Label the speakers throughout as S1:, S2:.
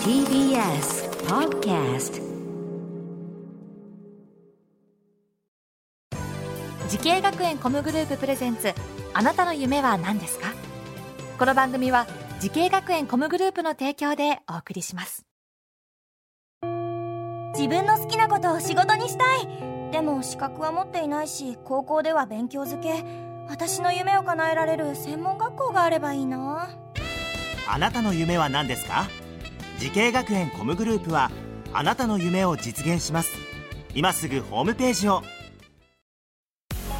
S1: TBS Podcast
S2: 時系学園コムグループプレゼンツあなたの夢は何ですかこの番組は時系学園コムグループの提供でお送りします
S3: 自分の好きなことを仕事にしたいでも資格は持っていないし高校では勉強づけ私の夢を叶えられる専門学校があればいいな
S4: あなたの夢は何ですか時系学園コムグループはあなたの夢を実現します今すぐホームページを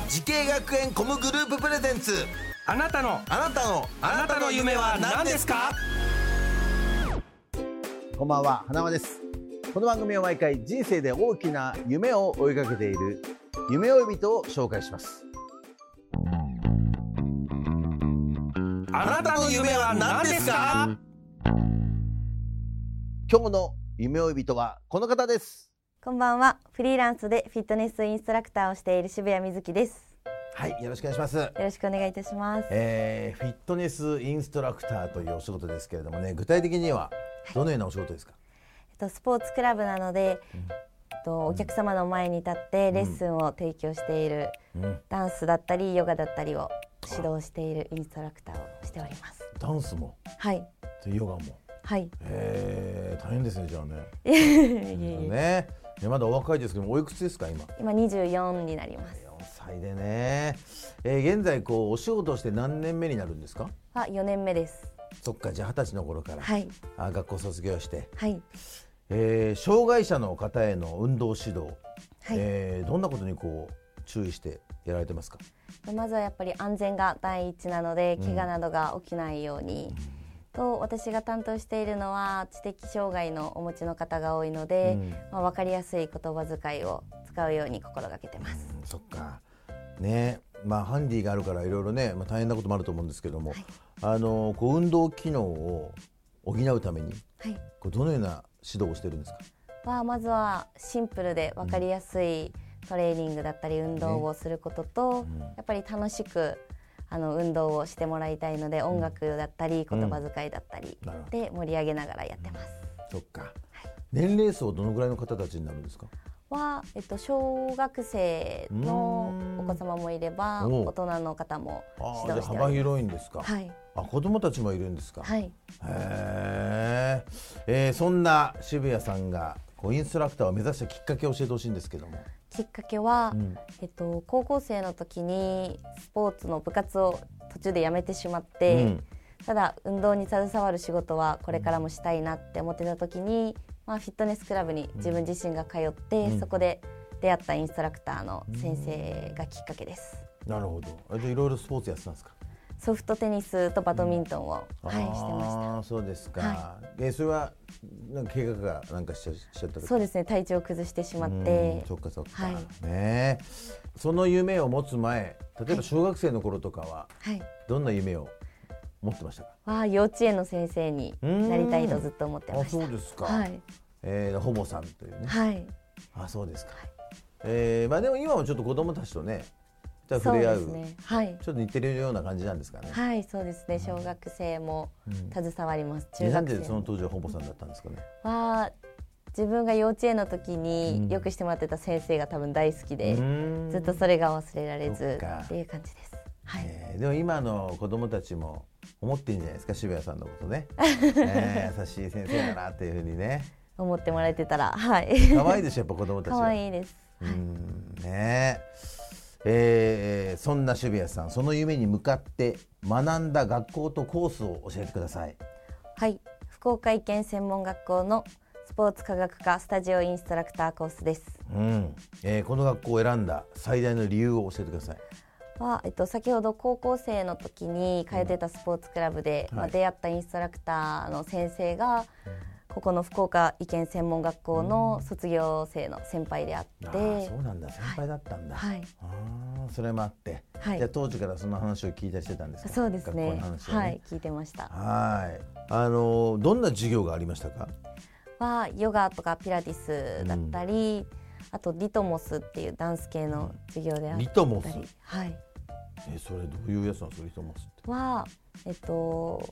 S5: 時系学園コムグループプレゼンツ
S6: あなたの
S5: あなたの
S6: あなたの夢は何ですか
S7: こんばんは花輪ですこの番組は毎回人生で大きな夢を追いかけている夢追い人を紹介します
S6: あなたの夢は何ですか
S7: 今日の夢追い人はこの方です
S8: こんばんは。フリーランスでフィットネスインストラクターをしている渋谷瑞希です。
S7: はいよろしくお願いします
S8: よろしくお願いいたします。
S7: えー、フィットネスインストラクターというお仕事ですけれどもね具体的にはどのようなお仕事ですか、
S8: えっとスポーツクラブなので、えっとお客様の前に立ってレッスンを提供している、
S7: うん、
S8: ダンスだったりヨガだったりを指導しているインストラクターをしております。
S7: ダンスも
S8: はい
S7: ヨガも
S8: はい。
S7: えー、大変ですねじゃあね
S8: いえいえ
S7: ねねまだお若いですけどもおいくつですか今
S8: 今24になります。
S7: 4歳でね、えー、現在こうお仕事して何年目になるんですか
S8: あ4年目です。
S7: そっかじゃあ二十歳の頃から、
S8: はい
S7: あ学校卒業して、
S8: はい
S7: えー、障害者の方への運動指導、
S8: はい。
S7: えーどんなことにこう注意してやられてますか
S8: まずはやっぱり安全が第一なので怪我などが起きないように、と私が担当しているのは知的障害のお持ちの方が多いので、
S7: うん
S8: まあ、分かりやすい言葉遣いを使うように心がけてます。
S7: うんそっかねまあハンディがあるからいろいろね、まあ、大変なこともあると思うんですけども、あのこう運動機能を補うために
S8: はい、
S7: こうどのような指導をしてるんですか
S8: はまずはシンプルで分かりやすいトレーニングだったり運動をすることと、やっぱり楽しくあの運動をしてもらいたいので音楽だったり言葉遣いだったり
S7: なるほ
S8: で盛り上げながらやってます。
S7: そっか、年齢層どのぐらいの方たちになるんですか
S8: は、えっと、小学生のお子様もいれば
S7: うんおう
S8: 大人の方も
S7: あ
S8: 指
S7: あ
S8: 導してお
S7: 幅
S8: りま
S7: 広いんですか、
S8: す。はい、
S7: あ子供たちもいるんですか、
S8: はい、
S7: へーえー、そんな渋谷さんがこうインストラクターを目指したきっかけを教えてほしいんですけども、
S8: きっかけは、
S7: うん
S8: えっと、高校生の時にスポーツの部活を途中でやめてしまって、
S7: うん
S8: ただ運動に携わる仕事はこれからもしたいなって思ってた時に、まあ、フィットネスクラブに自分自身が通って、
S7: うん
S8: そこで出会ったインストラクターの先生がきっかけです。
S7: なるほどあじゃあいろいろスポーツやってたんですか、
S8: ソフトテニスとバドミントンを、はい、してました。
S7: あーそうですか、
S8: は
S7: えーそれはなんか計画がなんかしちゃしちゃったとか
S8: そうですね体調を崩してしまっ
S7: うん
S8: て
S7: そっかそっか、
S8: はい
S7: ねえその夢を持つ前例えば小学生の頃とかは
S8: はい
S7: どんな夢を持ってましたか、
S8: は幼稚園の先生になりたいとずっと思ってま
S7: あ
S8: し
S7: そ
S8: た
S7: うですか、
S8: はい
S7: えーほぼさんというね、
S8: はい
S7: あそうですか、えーまあでも今もちょっと子供たちとねじゃあ触れ合う
S8: そうですねはい
S7: ちょっと似てるような感じなんですかね、
S8: はいそうですね小学生も携わります、中
S7: なん
S8: 学
S7: で
S8: 生
S7: その
S8: も
S7: 当時はほぼさんだったんですかね
S8: は自分が幼稚園の時によくしてもらってた先生が多分大好きで、ずっとそれが忘れられ
S7: そっ
S8: ず
S7: か
S8: っていう感じですはい、
S7: えーでも今の子供たちも思ってんじゃないですか渋谷さんのこと ね、えー優しい先生だなっていうふうにね
S8: 思ってもらえてたらはい
S7: 可愛いでしょやっぱ子供たち
S8: 可
S7: は
S8: 愛いです
S7: うーんねええーそんな渋谷さんその夢に向かって学んだ学校とコースを教えてください
S8: はい、福岡医研専門学校のスポーツ科学科スタジオインストラクターコースです。
S7: うん、えーこの学校を選んだ最大の理由を教えてください。
S8: は、えっと、先ほど高校生の時に通ってたスポーツクラブで、
S7: うん
S8: まあ
S7: はい
S8: 出会ったインストラクターの先生が、ここの福岡医研専門学校の卒業生の先輩であって、
S7: ああそうなんだ、先輩だったんだ。
S8: はい、
S7: ああ、それもあって、
S8: はい
S7: じゃあ当時からその話を聞いたりしてたんですか。
S8: そうですね
S7: 学校の話をね
S8: はい、聞いてました。
S7: はい。あのーどんな授業がありましたか。
S8: はヨガとかピラティスだったり、あとディトモスっていうダンス系の授業であったり、
S7: リトモス。
S8: はい。
S7: えそれどういうやつなんですかリトモスって。
S8: は、えっと、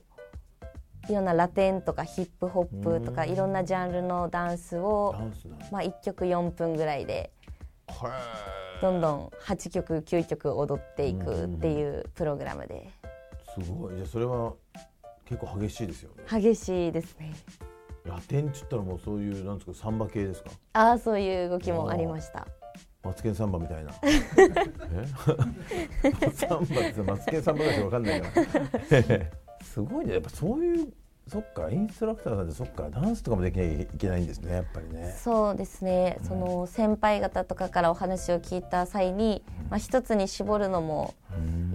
S8: いろんなラテンとかヒップホップとかいろんなジャンルのダンスを
S7: ダ、ンスなんだ
S8: まあ、1曲4分ぐらいでどんどん8曲9曲踊っていくっていうプログラムです
S7: ごいいやそれは結構激しいですよね
S8: 激しいですね
S7: ラテンっつったらもうそういうなんですかサンバ系ですか
S8: ああそういう動きもありました
S7: マツケンサンバみ たいなえサンバってマツケンサンバぐらいしかわかんないからすごいねやっぱそういうそっかインストラクターなんでそっかダンスとかもできなきゃいけないんですねやっぱりね
S8: そうですね、その先輩方とかからお話を聞いた際に、まあ、一つに絞るのも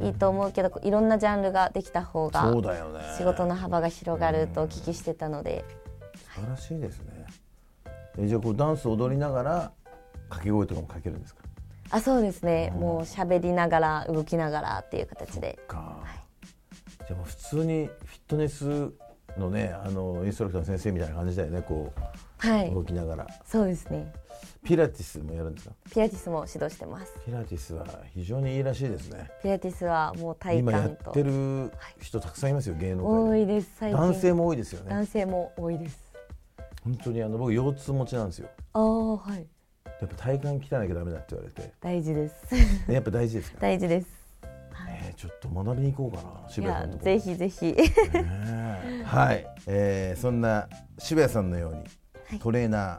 S8: いいと思うけどこういろんなジャンルができた方が
S7: そうだよね
S8: 仕事の幅が広がるとお聞きしてたので、
S7: 素晴らしいですねえじゃあこうダンス踊りながら掛け声とかもかけるんですか
S8: あそうですね、もう喋りながら動きながらっていう形で
S7: か、じゃあもう普通にフィットネスのねあのインストラクターの先生みたいな感じだよねこ
S8: は
S7: う
S8: い
S7: 動きながら、
S8: そうですね
S7: ピラティスもやるんですか
S8: ピラティスも指導してます
S7: ピラティスは非常にいいらしいですね
S8: ピラティスはもう体
S7: 今や
S8: 幹
S7: っ
S8: と
S7: てる人たくさんいますよ芸能
S8: 多
S7: 界
S8: い
S7: で
S8: です最近
S7: 男性も多いですよね
S8: 男性も多いです
S7: 本当にあの僕腰痛持ちなんですよ
S8: ああはい
S7: やっぱ体幹鍛えなきゃダメだって言われて、
S8: 大事です
S7: ね、やっぱ大事ですか、
S8: 大事です
S7: えー、ちょっと学びに行こうかな
S8: い
S7: 渋谷さ
S8: や
S7: んのとこ
S8: ぜひぜひ
S7: はい、えーそんな渋谷さんのように、
S8: はい
S7: トレーナー、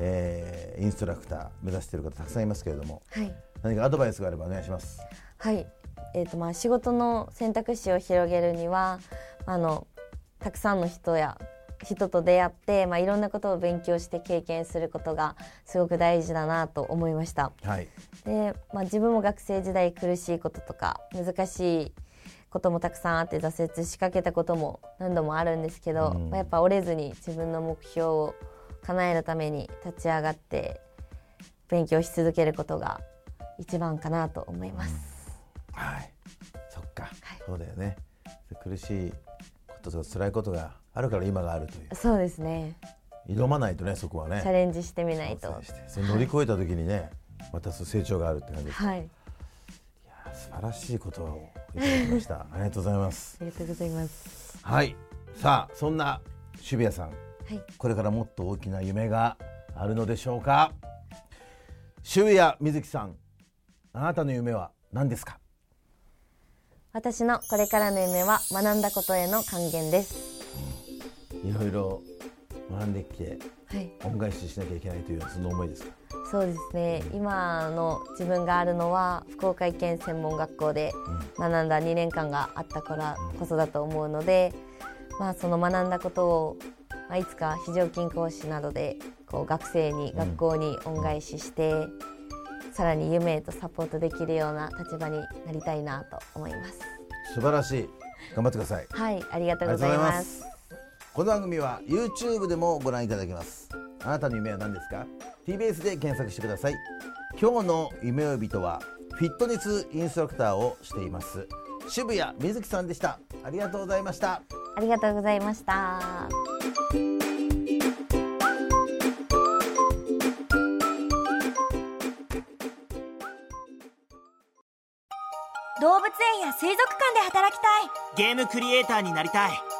S7: えーインストラクター目指している方たくさんいますけれども
S8: はい
S7: 何かアドバイスがあればお願いします
S8: はい、えーとまあ、仕事の選択肢を広げるにはあのたくさんの人や人と出会って、まあ、いろんなことを勉強して経験することがすごく大事だなと思いました。
S7: はい
S8: で、まあ、自分も学生時代苦しいこととか難しいこともたくさんあって挫折しかけたことも何度もあるんですけど、
S7: うん
S8: まあ、やっぱ折れずに自分の目標を叶えるために立ち上がって勉強し続けることが一番かなと思います。
S7: はいそっか、そうだよね苦しいこととか辛いことがあるから今があるという
S8: そうですね。
S7: 挑まないとねそこは
S8: チャ
S7: ね
S8: レンジしてみないと。
S7: 挑戦してそれ乗り越えた時にね、またそう成長があるって感じです
S8: はい。
S7: 素晴らしいことをいただきましたありがとうございます
S8: ありがとうございます。
S7: はいさあそんな渋谷さん
S8: はい。
S7: これからもっと大きな夢があるのでしょうか渋谷瑞希さんあなたの夢は何ですか
S8: 私のこれからの夢は学んだことへの還元です。
S7: いろいろ学んできて
S8: はい。
S7: 恩返ししなきゃいけないというその思いですか
S8: そうですね。今の自分があるのは福岡医研専門学校で学んだ2年間があったからこそだと思うので、まあその学んだことをまあいつか非常勤講師などでこう学生に学校に恩返しして。さらに夢へとサポートできるような立場になりたいなと思います。
S7: 素晴らしい頑張ってください
S8: はい、ありがとうございます。
S7: この番組は YouTube でもご覧いただけますあなたの夢は何ですか TBS で検索してください今日の夢呼びとはフィットネスインストラクターをしています渋谷瑞希さんでしたありがとうございました
S8: ありがとうございました。
S3: 動物園や水族館で働きたい
S4: ゲームクリエイターになりたい